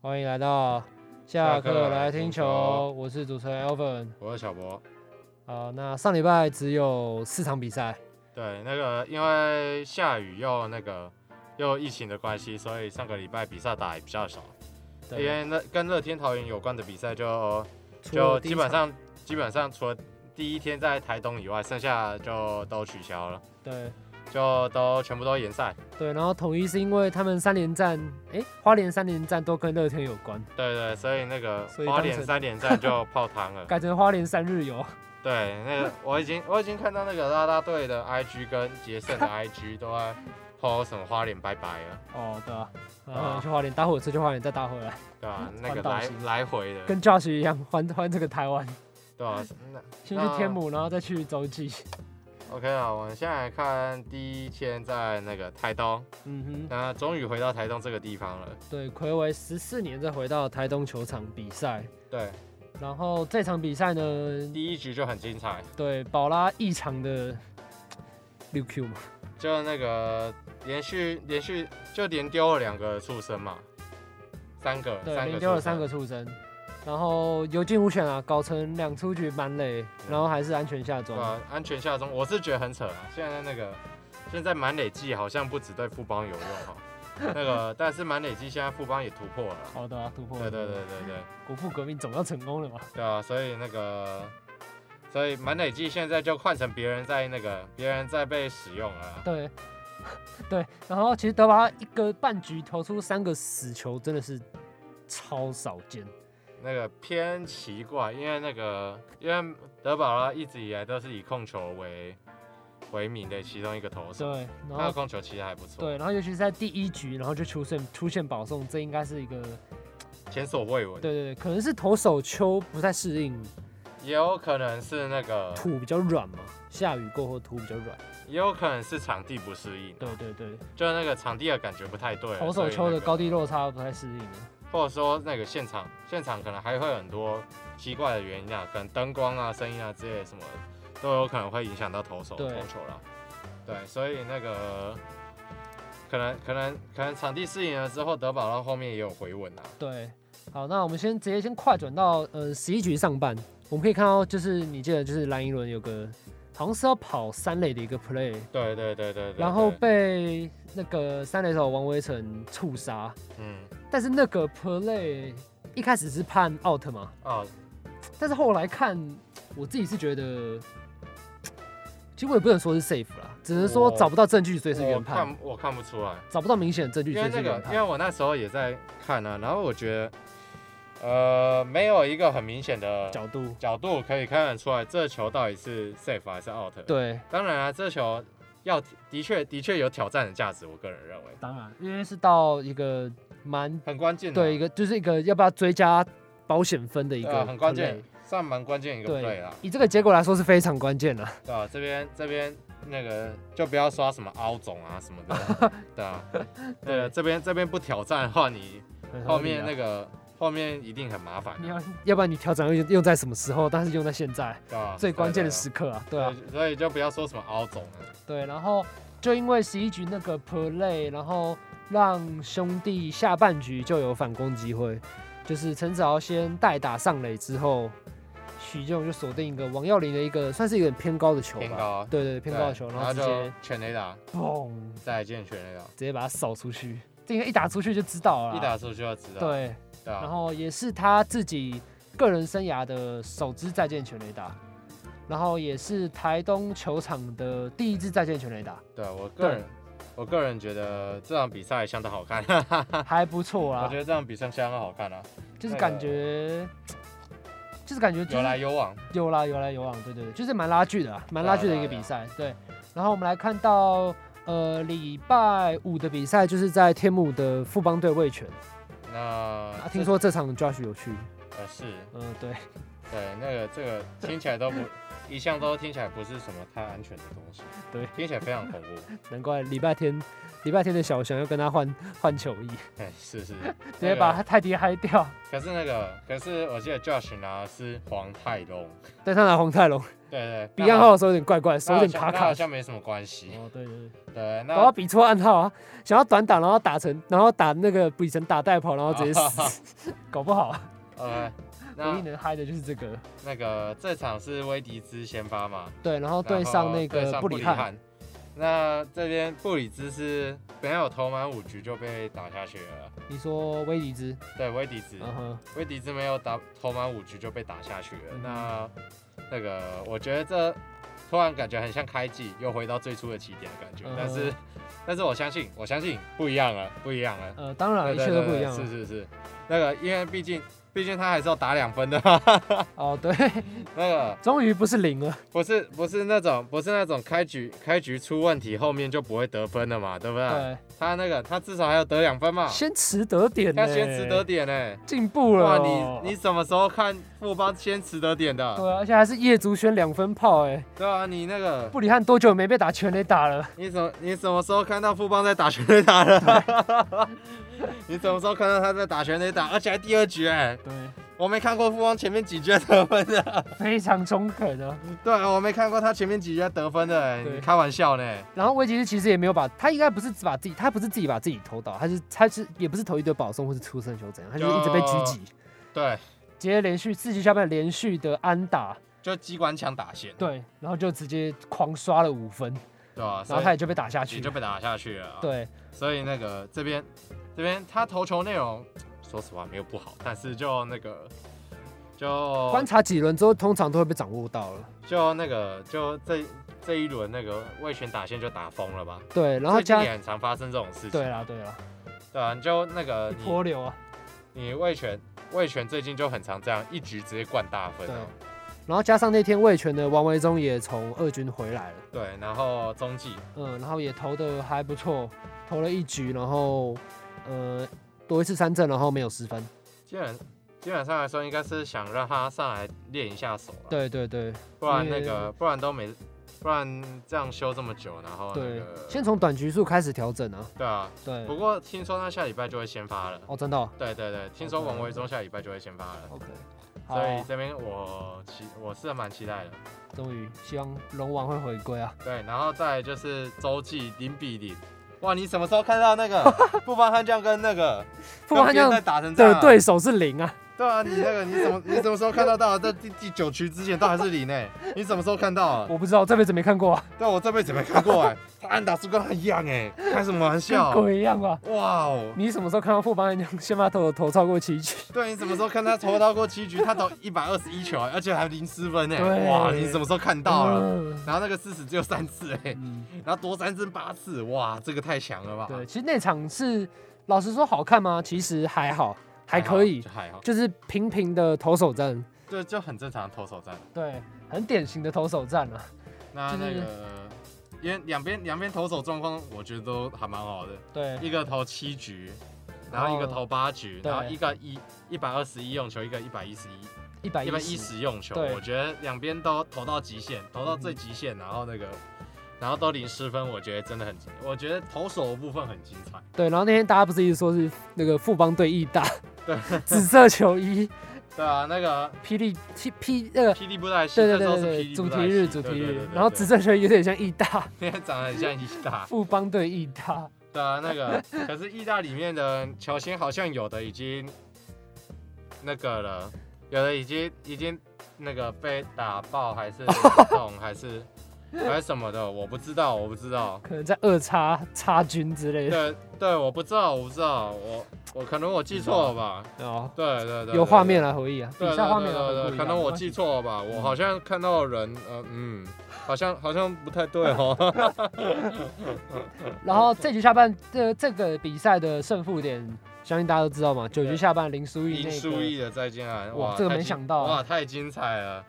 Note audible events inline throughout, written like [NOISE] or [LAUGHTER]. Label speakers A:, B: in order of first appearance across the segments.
A: 欢迎来到下课来听球，我是主持人 Elvin。
B: 我是小博。
A: 好，那上礼拜只有四场比赛，
B: 对，那个因为下雨又那个又疫情的关系，所以上个礼拜比赛打也比较少。因
A: 对，
B: 为那跟乐天桃园有关的比赛就
A: 除
B: 就
A: 了第一
B: 基本
A: 场
B: 上基本上除了第一天在台东以外，剩下就都取消了，
A: 对
B: 就都全部都延赛。
A: 对，然后统一是因为他们三连战，诶，花莲三连战都跟乐天有关，
B: 对对，所以那个
A: 所以
B: 花
A: 当
B: 莲
A: 成
B: 三连战就泡汤了。 [LAUGHS]
A: 改成花莲三日游。
B: 对，那个我已经我已经看到那个啦啦队的 IG 跟杰森的 IG 都在 po 什么花莲拜拜了，
A: 哦，对啊，然
B: 啊
A: 后去花莲搭火车去花莲，再搭回来，
B: 对吧、
A: [LAUGHS]
B: 那
A: 环
B: 个
A: 岛
B: 来
A: 行
B: 来回的，
A: 跟 Josh 一样环环这个台湾，
B: 对吧、那
A: 先去天母，然后再去洲际。
B: OK 啊，我们现在来看第一天在那个台东，
A: 嗯哼，
B: 那终于回到台东这个地方了。
A: 对，暌违十四年再回到台东球场比赛，
B: 对，
A: 然后这场比赛呢，
B: 第一局就很精彩，
A: 对，宝拉异常的六 Q 嘛，
B: 就那个连续连续就连丢了两个畜生嘛，三个，
A: 对，
B: 三个
A: 连丢了
B: 畜生
A: 三个，畜生，然后有惊无险啊，搞成两出局满垒，然后还是安全下
B: 对
A: 庄。
B: 啊吧、安全下中，我是觉得很扯啊。现在那个现在满累计好像不只对富邦有用哈、那个但是满累计现在富邦也突破了。
A: 好的、啊，突破。
B: 对对对，对对，
A: 国父革命总要成功了嘛。
B: 对啊，所以那个。所以满累计现在就换成别人在那个别人在被使用了啊，
A: 对， [LAUGHS] 对，然后其实德巴一个半局投出三个死球，真的是超少见。
B: 那个偏奇怪，因为那个因为德保拉一直以来都是以控球为为名的其中一个投手，
A: 对，然
B: 他的
A: 后
B: 控球其实还不错，
A: 对，然后尤其是在第一局，然后就出现出现保送，这应该是一个
B: 前所未闻，
A: 对对对，可能是投手丘不太适应，
B: 也有可能是那个，
A: 土比较软嘛，下雨过后土比较软。
B: 也有可能是场地不适应，
A: 对对对，
B: 就是那个场地的感觉不太对，
A: 投
B: 所
A: 手
B: 以
A: 丘的
B: 那个
A: 高低，落差不太适应。
B: 或者说那个现场现场可能还会有很多奇怪的原因啊，可能灯光啊、声音啊之类的什么的都有可能会影响到投手投
A: 对
B: 球啦，对，所以那个。可能可能可能场地适应了之后，德保到后面也有回稳啊。
A: 对，好，那我们先直接先快转到呃十一局上半，我们可以看到就是你记得就是蓝一伦有个好像是要跑三垒的一个 play，
B: 对对对对对
A: 然后
B: 对
A: 被那个三垒手王威成触杀，
B: 嗯
A: 但是那个 play 一开始是判 out 嘛，
B: 哦
A: 但是后来看我自己是觉得，其实我也不能说是 safe 啦，只能说
B: 我
A: 找不到证据，所以是
B: 我
A: 原判，
B: 看我看不出来，
A: 找不到明显的证据，
B: 因
A: 所
B: 为
A: 以是
B: 那
A: 原
B: 个因为
A: 判。
B: 我那时候也在看啊，然后我觉得呃没有一个很明显的
A: 角度，
B: 角度可以看得出来这球到底是 safe 还是 out。，
A: 对，
B: 当然啊，这球要的确的确有挑战的价值，我个人认为
A: 当然，因为是到一个蛮
B: 很关键的啊，
A: 对一个就是一个要不要追加保险分的一
B: 一
A: 个
B: 啊很关键
A: play，，
B: 算蛮关键一个啊
A: 对
B: play 啦，
A: 以这个结果来说是非常关键的。
B: 对吧、这边这边那个就不要刷什么凹肿啊什么
A: [LAUGHS]
B: 的，对啊，那个这边这边不挑战的话，你
A: 很合
B: [LAUGHS] 后
A: 理
B: 面
A: 啊
B: 那个后面一定很麻烦，啊
A: 你
B: 对
A: 要要不然你调整用用在什么时候？但是用在现在
B: 吧？
A: 最关键的
B: 哦是，
A: 时刻啊，对
B: 啊对
A: 啊，
B: 所以所以就不要说什么凹啊总了，
A: 对。然后就因为十一局那个 play，然后让兄弟下半局就有反攻机会，就是陈子豪先代打上垒之后，许仲就锁定一个王耀林的一个算是有点偏高的球
B: 偏
A: 吧，
B: 高，啊
A: 对对对偏高的
B: 对
A: 球，然
B: 然
A: 后
B: 后
A: 直接
B: 就全垒打，
A: 嘣，
B: 再见全垒打，
A: 直接把它扫出去。这个一打出去就知道了啦，
B: 一打出去就知道，
A: 对，
B: 对
A: 然
B: 啊，
A: 后也是他自己个人生涯的首支再见全垒打，然后也是台东球场的第一支再见全垒打，
B: 对我个人。我个人觉得这场比赛相当好看，我
A: 还不错啦
B: 觉，得这场比赛相当好看啊，
A: 就是感觉，就是感觉就
B: 有来
A: 是
B: 有往，
A: 有啦有来有往，对对对，就是蛮拉锯的啊，蛮
B: 对啊
A: 拉锯的一个
B: 对啊
A: 比赛，对。然后我们来看到呃礼拜五的比赛，就是在天母的富邦队卫权
B: 那
A: 啊，
B: 这
A: 听说这场 Josh 有去，
B: 呃是
A: 嗯、对，
B: 对，那个这个听起来都不，一向都听起来不是什么太安全的东西，
A: [LAUGHS] 对
B: 听起来非常恐怖。
A: 难怪礼拜天礼拜天的小翔要跟他换换球衣，
B: 哎，是是，
A: 直接
B: 那个
A: 把他泰迪嗨掉，
B: 可是那个，可是我记得 Josh 拿的是黄泰龙，
A: 但他拿红泰 [LAUGHS] 龙，
B: 对对，
A: 比
B: 那
A: 暗
B: 好
A: 号的时候有点怪怪，手有点
B: 那好像
A: 卡
B: 那好
A: 卡。
B: 像没什么关系。
A: 哦，对对对，
B: 对，
A: 搞到
B: 那
A: 比错暗号啊！想要短打，然后打成，然后打那个比成打带跑，然后直接死， [LAUGHS] 搞不好啊
B: 呃，
A: 唯一
B: 那
A: 能嗨的就是这个。
B: 那个这场是威迪兹先发嘛，
A: 对，然后哦对
B: 然后
A: 上那
B: 对
A: 个
B: 上
A: 布
B: 布
A: 里汉，
B: 汉。那这边布里兹是没有投满五局就被打下去了，
A: 你说威迪兹，
B: 对，威迪兹，
A: 嗯哼，
B: 威迪兹没有打投满五局就被打下去了。
A: 嗯
B: 那那个，我觉得这突然感觉很像开季，又回到最初的起点的感觉。
A: 嗯哼
B: 但是，但是我相信，我相信不一样了，不一样了，
A: 呃，当然
B: 对
A: 一
B: 对
A: 切都不一
B: 对
A: 样
B: 是
A: 了。
B: 是是，那个，因为毕竟。毕竟他还是要打两分的嘛， [LAUGHS]
A: 哦，对， [LAUGHS]
B: 那个
A: 终于不是零了。
B: 不是不是那种不是那种开局开局出问题后面就不会得分了嘛，对不对？
A: 对，
B: 他那个他至少还要得两分嘛，
A: 先迟得点呢，
B: 他先值得点呢、
A: 进步了
B: 哇，
A: 哦。
B: 你你什么时候看富邦先值得点
A: [LAUGHS]
B: 的？
A: 对啊，而且还是叶竹轩两分炮哎，
B: 对啊，你那个，
A: 布里汉多久没被打全垒打了？
B: 你什么你什么时候看到富邦在打全垒打 [LAUGHS] 了？你什么时候看到他在打全垒打？而且还第二局哎、
A: 对，
B: 我没看过富邦前面几局在得分的。
A: 非常中肯啊。
B: 对，我没看过他前面几局在得分的、哎
A: 对
B: 你开玩笑呢、
A: 然后威吉斯其实也没有把，他应该不是只把自己，他不是自己把自己投倒，他是他是也不是投一堆保送或是出生球怎样，
B: 哦
A: 他就是一直被狙击，
B: 对，
A: 直接连续四局下半连续的安打，
B: 就机关枪打线。
A: 对，然后就直接狂刷了五分，
B: 对啊，
A: 然
B: 所
A: 后他
B: 以
A: 也就被打下去
B: 你就，被打下去了、，
A: 对，
B: 所以那个这边这边他投球内容，说实话没有不好，但是就那个就
A: 观察几轮之后，通常都会被掌握到了，
B: 就那个就这这一轮那个魏权打线就打疯了吧？
A: 对，然后
B: 最近
A: 加
B: 也很常发生这种事情。
A: 对啦对啦，
B: 对啊，你就那个
A: 一
B: 你
A: 波流啊，
B: 你魏权魏权最近就很常这样，一局直接灌大分、哦。
A: 然后加上那天魏权的王维忠也从二军回来了，
B: 对然后中继
A: 嗯，然后也投的还不错，投了一局，然后呃多一次三振，然后没有失分，
B: 基本基本上来说应该是想让他上来练一下手了，
A: 对对对。
B: 不然那个不然都没不然这样休这么久，然哦后那
A: 对
B: 个，
A: 先从短局数开始调整啊。
B: 对啊。
A: 对，
B: 不过听说他下礼拜就会先发了。
A: 哦，真的、哦、
B: 对对对，听说王维忠下礼拜就会先发了。
A: ，OK，好
B: 所，以这边我期我是蛮期待的，
A: 终于希望龙王会回归
B: [LAUGHS]
A: 啊。
B: 对，然后再来就是洲际零比零，哇，你什么时候看到
A: [LAUGHS]
B: 那个布邦悍将跟那个
A: 不过他这
B: 跟别人
A: 样
B: 在打成这样、
A: 的
B: 啊？
A: 对手是零啊，
B: 对啊，你那个你怎么你什么时候看到到在第第九局之前都还是零呢、你什么时候看到、啊？
A: 我不知道，这辈子没看过啊，
B: 对，我这辈子没看过哎、他安打数跟他一样哎、开什么玩 [LAUGHS] 笑
A: 跟？ [LAUGHS] 鬼一样啊。
B: 哇哦！
A: 你什么时候看到副班长先发投投超过七局？
B: 对你什么时候看他投到过七局，他投一百二十一球、哎而且还零失分呢、
A: 对
B: 哇，你什么时候看到了？
A: 嗯
B: 然后那个四十只有三次哎、
A: 嗯，
B: 然后夺三振八次，哇，这个太强了吧？
A: 对，，其实那场是老实说好看吗？其实还好，还可以，
B: 就还好，
A: 就是平平的投手战，
B: 就就很正常的投手战。
A: 对，很典型的投手战啊。
B: 那
A: 就是
B: 那个，因为两边两边投手状况，我觉得都还蛮好的，
A: 对，哦
B: 一个投七局，然后一个投八局，
A: 对
B: 然后一个一一百二十一用球，一个一百一十一，
A: 一百
B: 一百一
A: 一十，
B: 十用球。
A: 对
B: 我觉得两边都投到极限，投到最极限，然后那个。然后都零失分，我觉得真的很，我觉得投手的部分很精彩。
A: 对。然后那天大家不是一直说是那个富邦对义大，紫色球衣，
B: 对啊，那个
A: 霹雳霹霹
B: [LAUGHS]
A: 那个，
B: 霹雳布袋戏，
A: 对对
B: 那时候
A: 对
B: 是霹
A: 对，
B: 雳
A: 主
B: 布
A: 题
B: 袋戏
A: 日主
B: 对
A: 题
B: 对对
A: 日
B: 对，
A: 然后
B: 对
A: 紫色球衣有点像义大，，
B: 因为长得很像意大
A: 富邦对义大，
B: 对啊，那个可是意大里面的球星好像有的已经那个了，有的已经已经那个被打爆还是 [LAUGHS] 痛还是还是什么的，我不知道，我不知道。
A: 可能在二叉叉军之类的 [LAUGHS]
B: 对对，我不知道，我不知道，我我可能我记错了吧？
A: 哦，
B: 对对对对，
A: 有画
B: 对
A: 面。来回忆啊，
B: 对
A: 底
B: 对
A: 下画
B: 对
A: 面来
B: 对
A: 回
B: 对，
A: 忆，
B: 可能我记错了吧？
A: 嗯
B: 我好像看到人，呃嗯，好像好像不太对
A: [LAUGHS]
B: 哦。
A: 没关系。然后这局下半这这个比赛的胜负点，相信大家都知道嘛，九局下半林书义
B: 林
A: 那
B: 书
A: 个，
B: 义的再见啊！
A: 哇
B: 哇，
A: 这个
B: 太
A: 没
B: 精
A: 想到啊
B: 哇，太精彩了，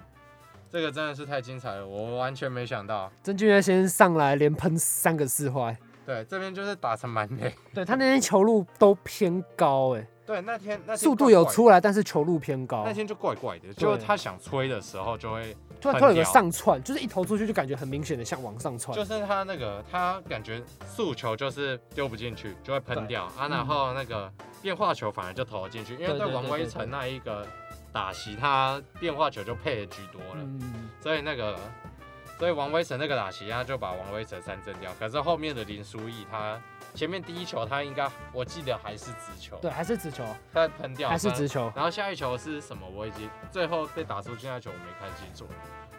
B: 这个真的是太精彩了，我完全没想到。
A: 曾俊岳先上来连喷三个四坏，
B: 对，这边就是打成满垒，
A: 对他那天球路都偏高哎，
B: [LAUGHS] 对，那天那天
A: 速度
B: 怪
A: 有
B: 怪的，
A: 出来，哦但是球路偏高
B: 那，天就怪怪的，就是他想吹的时候就会，
A: 突然突然有个上窜，就是一投出去就感觉很明显的向往上窜
B: 就。是他那个他感觉速球就是丢不进去，就会喷
A: 对
B: 掉啊，
A: 嗯
B: 然后那个变化球反而就投了进去，因为
A: 对对
B: 对
A: 对
B: 王
A: 对
B: 威
A: 对
B: 成那一个打席，他变化球就配的居多了。
A: 嗯，
B: 所以那个，所以王威成那个打席，他就把王威成三振掉。可是后面的林书义，他前面第一球他应该，我记得还是直球，
A: 对，还是直球，
B: 他喷掉，
A: 还是
B: 但
A: 直。球。
B: 然后下一球是什么？我已经最后被打出去那球我没看清楚，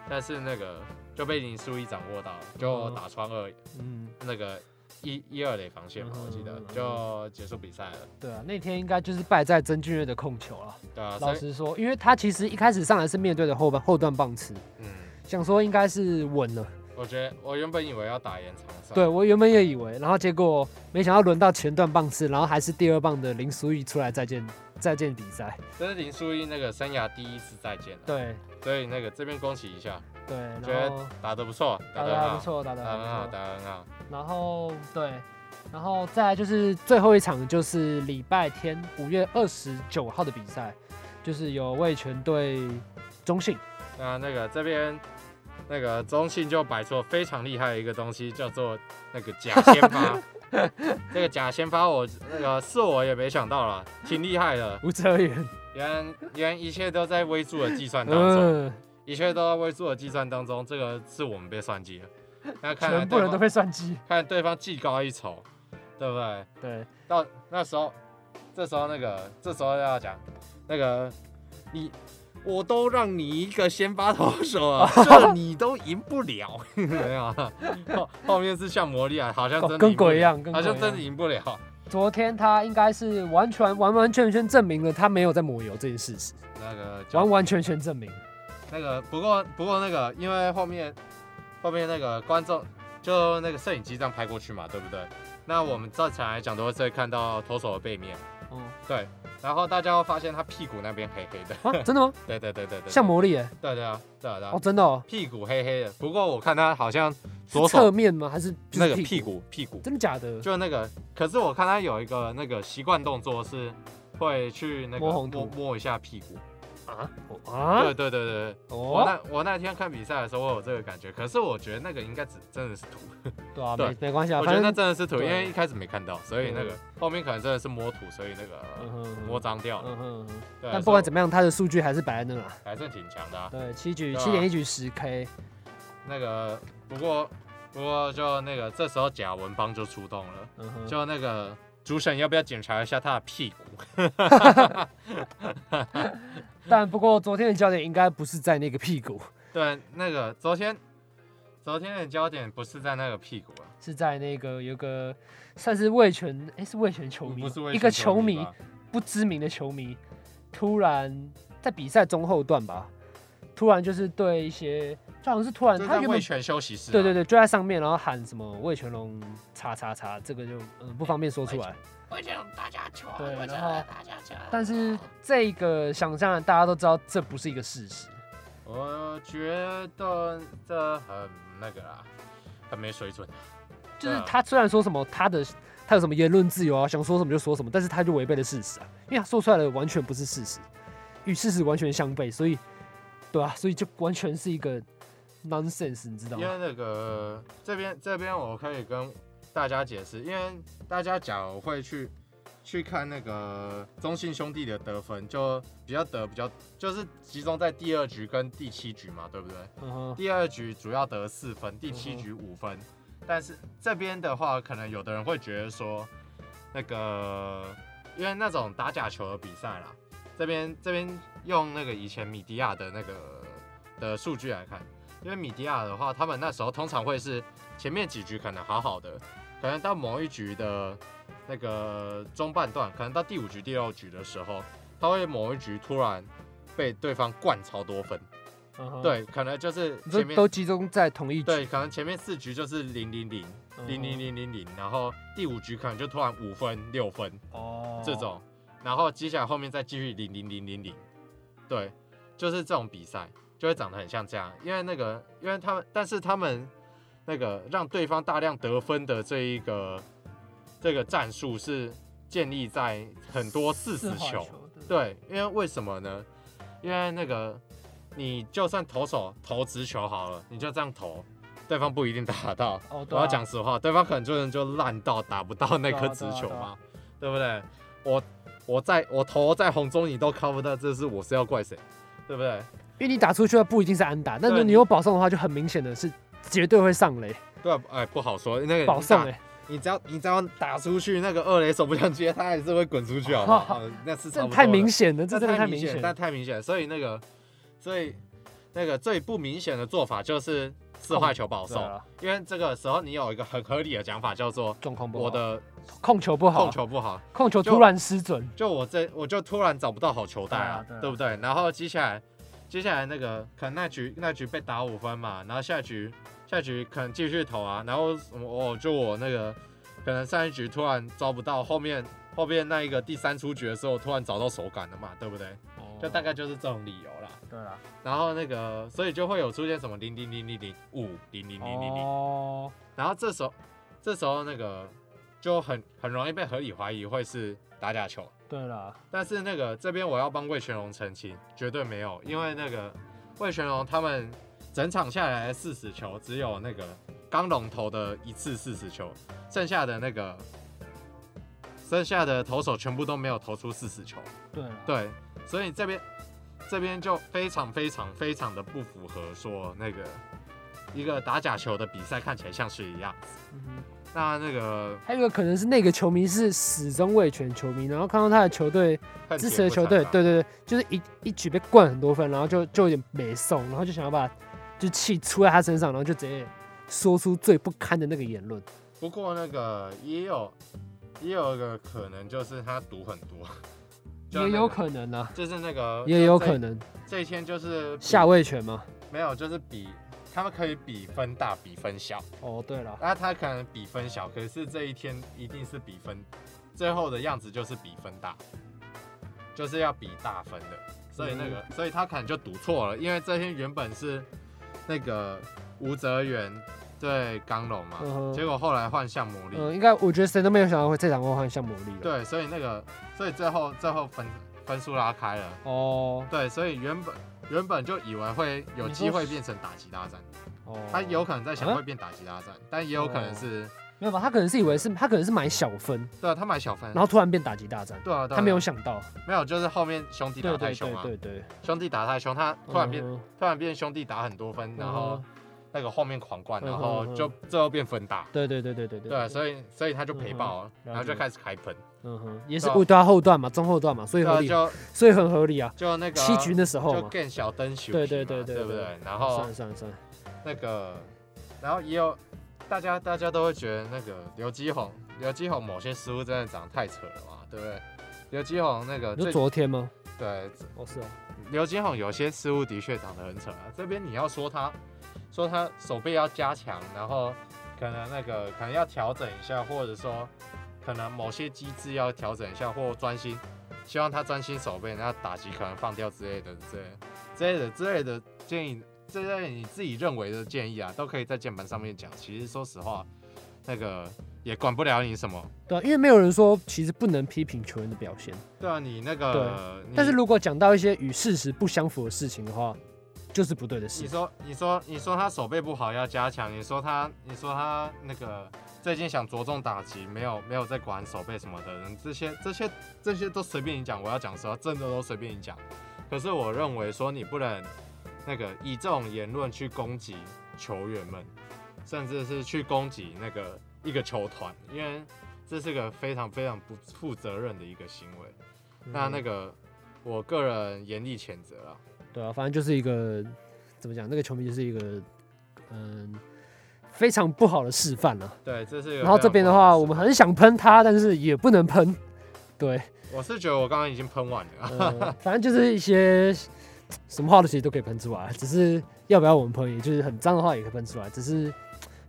B: 但是那个就被林书义掌握到，就
A: 哦
B: 打穿二、
A: 嗯，
B: 那个一一二垒防线嘛，我记得
A: 嗯
B: 就结束比赛了。
A: 对啊，那天应该就是败在曾俊岳的控球了。
B: 对啊，所
A: 老
B: 以
A: 实说，因为他其实一开始上来是面对的后半后段棒吃，
B: 嗯，
A: 想说应该是稳了。
B: 我觉得我原本以为要打延长赛，
A: 对我原本也以为，然后结果没想到轮到前段棒吃，然后还是第二棒的林书义出来再见再见比赛。
B: 这是林书义那个生涯第一次再见了。
A: 对
B: 所以那个这边恭喜一下，
A: 对，
B: 觉得
A: 然后
B: 打得不错，
A: 打
B: 得
A: 得
B: 很
A: 还
B: 好
A: 不，错，打得
B: 打
A: 还
B: 得
A: 不
B: 很好，
A: 错。
B: 打得很好。
A: 然后对，然后再来就是最后一场，就是礼拜天五月二十九号的比赛，就是有味全对中信。
B: 那那个这边那个中信就摆出了非常厉害的一个东西，叫做那个假先
A: [LAUGHS]
B: 发。这个假先发我那个是我也没想到啦，挺厉害的。
A: 吴哲源，
B: 原原一切都在微注的计算当中，
A: 嗯，
B: 一切都在微注的计算当中，这个是我们被算
A: [LAUGHS]
B: 计了。那看来
A: 全部
B: 对
A: 人都
B: 方
A: 会算计。
B: 看对方技高一筹，对不对？
A: 对，
B: 到那时候，这时候那个，这时候要讲那个，你我都让你一个先发投手
A: [LAUGHS]
B: 啊，这你都赢不了， [LAUGHS] 没有啊，后后面是像魔力啊，好像真的
A: 哦跟
B: 赢不了
A: 鬼一样跟
B: 好像
A: 鬼一样
B: 真的赢不了，
A: 昨天他应该是完全完完全全证明了他没有在抹油这件事实，
B: 那个就
A: 完完全全证明。
B: 那个，不过不过那个，因为后面后面那个观众就那个摄影机这样拍过去嘛，对不对？那我们正常来讲都会看到投手的背面，
A: 哦、
B: 对，然后大家会发现他屁股那边黑黑的，
A: [LAUGHS] 啊，真的吗？
B: [LAUGHS] 对对对对对，
A: 像魔力耶、
B: 对对啊，对啊对啊
A: 哦，，真的哦，
B: 屁股黑黑的，不过我看他好像
A: 是
B: 左
A: 侧
B: 手
A: 面吗？还是就
B: 那
A: 是
B: 个
A: 屁
B: 屁
A: 股？
B: 股屁股，
A: 真的假的？
B: 就那个，可是我看他有一个那个习惯动作是会去那个
A: 摸红
B: 摸
A: 土
B: 摸一下屁股。
A: 啊，
B: 对对对对，对我
A: 哦，
B: 那我那天看比赛的时候，我有这个感觉，可是我觉得那个应该只真的是土，
A: 对啊，
B: 对
A: 没没关系啊，
B: 我觉得
A: 反
B: 那
A: 正
B: 真的是土，
A: 对
B: 因为一开始没看到，所以那个
A: 嗯
B: 后面可能真的是摸土，所以那个
A: 哼
B: 摸脏掉了。
A: 嗯哼嗯哼，
B: 对，啊
A: 但不管
B: 所
A: 怎么样，他的数据还是摆在那啊
B: 以。还是挺强的啊。
A: 对，七局
B: 对啊
A: 七点一局十 K，
B: 那个不过不过就那个这时候贾文邦就出动了。
A: 嗯哼，
B: 就那个主审要不要检查一下他的屁股？ [LAUGHS]
A: 但不过昨天的焦点应该不是在那个屁股，
B: 对，那个昨天昨天的焦点不是在那个屁股啊，
A: 是在那个有个算是魏权，哎、是魏权球迷吗，
B: 不是为
A: 一个
B: 球
A: 球迷
B: 吧
A: 不知名的球迷，突然在比赛中后段吧，突然就是对一些，就好像是突然
B: 就
A: 他
B: 在
A: 原
B: 卫
A: 本
B: 权休息室、啊。
A: 对对对，就在上面，然后喊什么魏全龙叉叉叉，这个就嗯不方便说出
B: 哎
A: 来。
B: 卫权大家球啊，
A: 对
B: 卫权
A: 然后
B: 大家球啊。
A: 但是这个想当然大家都知道这不是一个事实，
B: 我觉得这很那个啦，很没水准。
A: 就是
B: 对啊
A: 他虽然说什么他的他有什么言论自由啊，想说什么就说什么，但是他就违背了事实啊，因为他说出来的完全不是事实，啊与事实完全相悖，所以对啊，所以就完全是一个 nonsense，你知道
B: 因
A: 吗？
B: 为那个这边这边我可以跟大家解释，因为大家假如会去去看那个中信兄弟的得分，就比较得比较就是集中在第二局跟第七局嘛，对不对？
A: 嗯哼，
B: 第二局主要得四分，第七
A: 嗯哼
B: 局五分。但是这边的话，可能有的人会觉得说，那个因为那种打假球的比赛啦，这边这边用那个以前米迪亚的那个的数据来看，因为米迪亚的话，他们那时候通常会是前面几局可能好好的，可能到某一局的那个中半段，可能到第五局、第六局的时候，他会某一局突然被对方灌超多分，
A: 嗯哼，
B: 对，可能就是
A: 你
B: 前
A: 说
B: 面
A: 都集中在同一局，
B: 对，可能前面四局就是零零零零零
A: 嗯
B: 零零零，然后第五局可能就突然五分六分
A: 哦
B: 这种，然后接下来后面再继续零零零零零，对，就是这种比赛就会长得很像这样，因为那个因为他们，但是他们那个让对方大量得分的这一个这个战术是建立在很多四
C: 四
B: 十
C: 环
B: 球。
C: 球对
B: 对，因为为什么呢？因为那个你就算投手投直球好了，你就这样投，对方不一定打得到。
C: 哦，
B: 我
C: 对啊
B: 要讲实话，对方可能就是就烂到打不到那
C: 对啊
B: 颗
C: 对
B: 直
C: 啊
B: 球
C: 对啊
B: 嘛，对不对？我我在我投在红中你都 cover 不到，这是我是要怪谁？对不对？
A: 因为你打出去的不一定是安打，但如果
B: 对
A: 你有保送的话，就很明显的是绝对会上垒
B: 对啊，哎，不好说。那个
A: 保
B: 你打
A: 送哎、
B: 你只要你只要打出去，那个二垒手不想接，他还是会滚出去，好不好？那是差
A: 这
B: 不多的
A: 太明显了，这
B: 这
A: 真的
B: 太
A: 太明
B: 显
A: 显
B: 但
A: 了。
B: 太明显，所以那个，所以那个最不明显的做法就是四坏球保
A: 对
B: 送，
A: 啊
B: 因为这个时候你有一个很合理的讲法，叫做
A: 状况不好，
B: 我的
A: 控球不好，
B: 控球不好，
A: 控球
B: 就
A: 突然失准，
B: 就我这我就突然找不到好球带啊，
C: 对啊对啊
B: 对不对？然后接下来接下来那个可能那局那局被打五分嘛，然后下局下局可能继续投啊，然后我、哦、就我那个可能上一局突然抓不到，后面后面那一个第三出局的时候突然找到手感了嘛，对不对？就
A: 哦
B: 大概就是这种理由哦啦。
C: 对啦，
B: 然后那个，所以就会有出现什么零零零零零五零零零零零，
C: 哦，
B: 然后这时候这时候那个就很很容易被合理怀疑会是打假球，
C: 对啦，
B: 但是那个这边我要帮魏全龙澄清，绝对没有，因为那个魏全龙他们整场下来四十球，只有那个刚龙投的一次四十球，剩下的那个剩下的投手全部都没有投出四十球。
C: 对啦，
B: 对，所以这边这边就非常非常非常的不符合说那个一个打假球的比赛看起来像是一样。
C: 嗯哼
B: 那那个
A: 还有一个可能是那个球迷是死忠卫权球迷，然后看到他的球队
B: 恨
A: 支
B: 铁
A: 持的
B: 不
A: 球
B: 成
A: 队，
B: 钢，
A: 对对对，就是一一举被灌很多分，然后就就有点没送，然后就想要把就气出在他身上，然后就直接说出最不堪的那个言论。
B: 不过那个也有也有一个可能就是他赌很
A: [LAUGHS]
B: 多，就
A: 也
B: 那
A: 有
B: 个
A: 可能啊，
B: 就是那个
A: 也
B: 就
A: 有
B: 这
A: 可能
B: 这一天就是比
A: 下位权嘛。
B: 没有就是比。他们可以比分大，比分小。
A: 哦，对了，
B: 那他可能比分小，可是这一天一定是比分，最后的样子就是比分大，就是要比大分的。所以那个，
A: 嗯
B: 所以他可能就赌错了，因为这天原本是那个吴泽源对刚龙嘛，
A: 嗯哼
B: 结果后来换向魔力，
A: 嗯，应该我觉得谁都没有想到会这场会换向魔力了。
B: 对，所以那个，所以最后最后分分数拉开了，
A: 哦
B: 对，所以原本原本就以为会有
C: 你说
B: 机会
C: 是
B: 变成打击大战，
A: 哦，
B: 他有可能在想
A: 啊哦
B: 会变打击大战，但也有可能是，
A: 没有吧？他可能是以为是他可能是买小分，
B: 对啊，他买小分
A: 然，后突然变打击大战，
B: 对啊，对啊
A: 他没有想到。
B: 没有，就是后面兄弟
A: 对
B: 打
A: 对
B: 太凶
A: 对
B: 啊，
A: 对对，
B: 兄弟打太凶，他突然变、
A: 嗯
B: 突然变兄弟打很多分，然后那个后面狂灌，
A: 嗯哼
B: 然后就
A: 嗯
B: 最后变分打，
A: 对对对对对对
B: 对，啊所以所以他就赔爆了，
A: 嗯哼了解
B: 然后就开始开喷，
A: 嗯哼，也是
B: 对啊
A: 误对啊后段嘛，中后段嘛，所以
B: 对
A: 合
B: 啊，
A: 理，
B: 就
A: 所以很合理啊。
B: 就那个
A: 七局那时候
B: 就哦
A: 嘛，
B: 更小灯球，
A: 对对对
B: 对
A: 对
B: 不
A: 对
B: 对？然后
A: 算了算了算了，
B: 那个，然后也有大家大家都会觉得那个刘基宏，刘基宏某些失误真的长得太扯了嘛，对不对？刘基宏那个
A: 你说
B: 最
A: 昨天吗？
B: 对
A: 哦是哦，
B: 刘金宏有些失误的确长得很扯啊，这边你要说他，说他手背要加强，然后可能那个可能要调整一下，或者说可能某些机制要调整一下，或专心，希望他专心手背，然后打击可能放掉之类的之类的之类的之类的建议，这类你自己认为的建议啊，都可以在键盘上面讲。其实说实话，那个也管不了你什么。
A: 对啊，因为没有人说其实不能批评球员的表现，
B: 对啊，你那 [LAUGHS] 个，你
A: 但是如果讲到一些与事实不相符的事情的话，就是不对的事
B: 你。说，你说，你说他手背不好要加强，你说他，你说他那个最近想着重打击，没有没有在管手背什么的人，这些这些这些都随便你讲，我要讲实话，真的都随便你讲。可是我认为说你不能那个以这种言论去攻击球员们，甚至是去攻击那个一个球团，因为这是个非常非常不负责任的一个行为。那那
A: 个
B: 个我个人严厉谴责了。
A: 对啊，反正就是一个怎么讲，那个球迷就是一个嗯非常不好的示范了。
B: 对，这是一个
A: 然后这
B: 非常
A: 边的
B: 不好
A: 话，
B: 事
A: 我们很想喷他，但是也不能喷。对，
B: 我是觉得我刚刚已经喷完了， [LAUGHS]
A: 呃，反正就是一些什么话都其实都可以喷出来，只是要不要我们喷，也就是很脏的话也可以喷出来，只是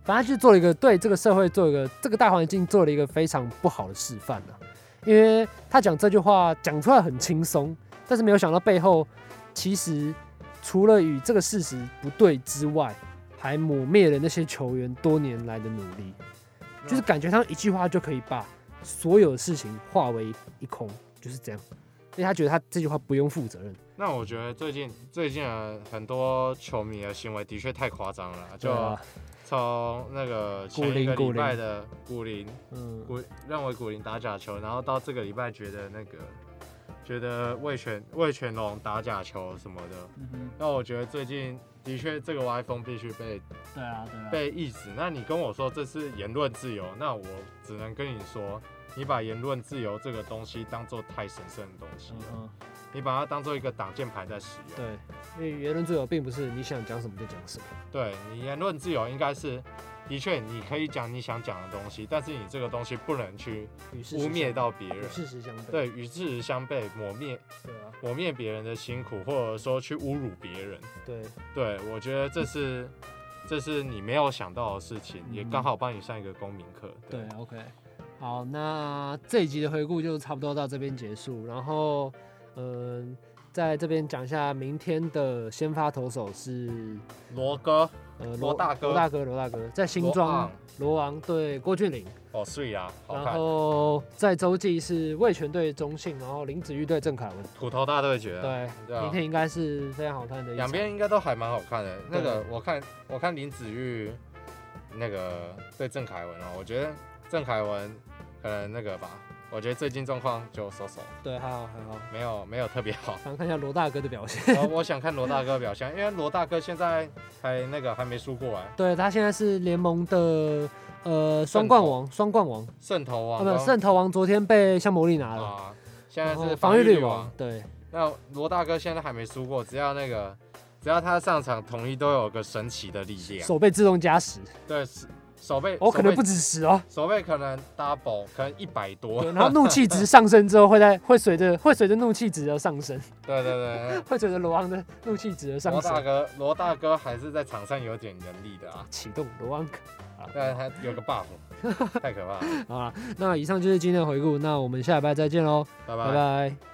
A: 反正他就是做了一个对这个社会做一个这个大环境做了一个非常不好的示范啊。因为他讲这句话讲出来很轻松，但是没有想到背后其实除了与这个事实不对之外，还抹灭了那些球员多年来的努力。就是感觉上一句话就可以把所有事情化为一空，就是这样。因为他觉得他这句话不用负责任，
B: 那我觉得最近最近啊，很多球迷的行为的确太夸张了，就
A: 对啊吧？
B: 从那个前一个
A: 古林古
B: 礼
A: 林
B: 拜的古林
A: 嗯，
B: 古认为古林打假球，然后到这个礼拜觉得那个觉得魏全魏全龙打假球什么的，
C: 嗯哼，
B: 那我觉得最近的确这个歪风必须被
C: 对啊，对啊，
B: 被抑制。那你跟我说这是言论自由，那我只能跟你说，你把言论自由这个东西当做太神圣的东西
C: 嗯
B: 了，
C: 哼，
B: 你把它当做一个挡箭牌在使用。
A: 对，因为言论自由并不是你想讲什么就讲什么，
B: 对你言论自由应该是，的确你可以讲你想讲的东西，但是你这个东西不能去
A: 与事实相
B: 污蔑到别人
A: 与，事实相悖，
B: 对，与事实相悖，抹灭
A: 对啊，
B: 抹灭别人的辛苦，或者说去侮辱别人。
A: 对，
B: 对我觉得这是这是你没有想到的事情，也
C: 嗯
B: 刚好帮你上一个公民课。
C: 对，OK，
A: 啊好，那这一集的回顾就差不多到这边结束。然后，嗯、在这边讲一下明天的先发投手是
B: 罗哥，
A: 呃
B: 罗大哥
A: 罗大哥，罗大哥在新庄
B: 昂
A: 罗昂对郭俊麟，
B: 哦，碎啊，好
A: 然
B: 看，
A: 后在洲际是魏权对中信，然后林子玉对郑凯文。
B: 土头大对决。
A: 对，
B: 对啊
A: 明天应该是非常好看的一场。
B: 两边应该都还蛮好看的。那
A: 对
B: 个我看我看林子玉那个对郑凯文哦，我觉得郑凯文可能那个吧，我觉得最近状况就收手，
A: 对，还好还好。。
B: 没有没有特别好
A: [LAUGHS] 想看一下罗大哥的表现。 [LAUGHS]
B: 我我想看罗大哥表现，因为罗大哥现在还那个还没输过哎，
A: 对他现在是联盟的呃双冠王，双冠王
B: 圣头
A: 啊，
B: 王
A: 不
B: 跟
A: 是圣头王，昨天被香魔力拿了。
B: 啊，现在
A: 然
B: 是
A: 后
B: 防
A: 哦御
B: 率
A: 率
B: 王。，
A: 对
B: 那罗大哥现在还没输过，只要那个只要他上场，统一都有个神奇的力量。
A: 手被自动加十，
B: 对，手背
A: 哦，可能
B: 手背
A: 不止十哦。
B: 手背可能 double，可能一百多
A: 对，。然后怒气
B: [LAUGHS]
A: 值上升之后，会在会随着会随着怒气值而上升，
B: 对对对
A: 会随着罗昂的怒气值而
B: 对，
A: 上
B: 罗大
A: 升，
B: 哥，罗大哥还是在场上有点能力的啊，
A: 启动罗昂。
B: 但他有个 buff，太可怕了，
A: 好啦，那以上就是今天的回顾，那我们下礼拜再见喽，
B: 拜
A: 拜
B: 拜。
A: 拜。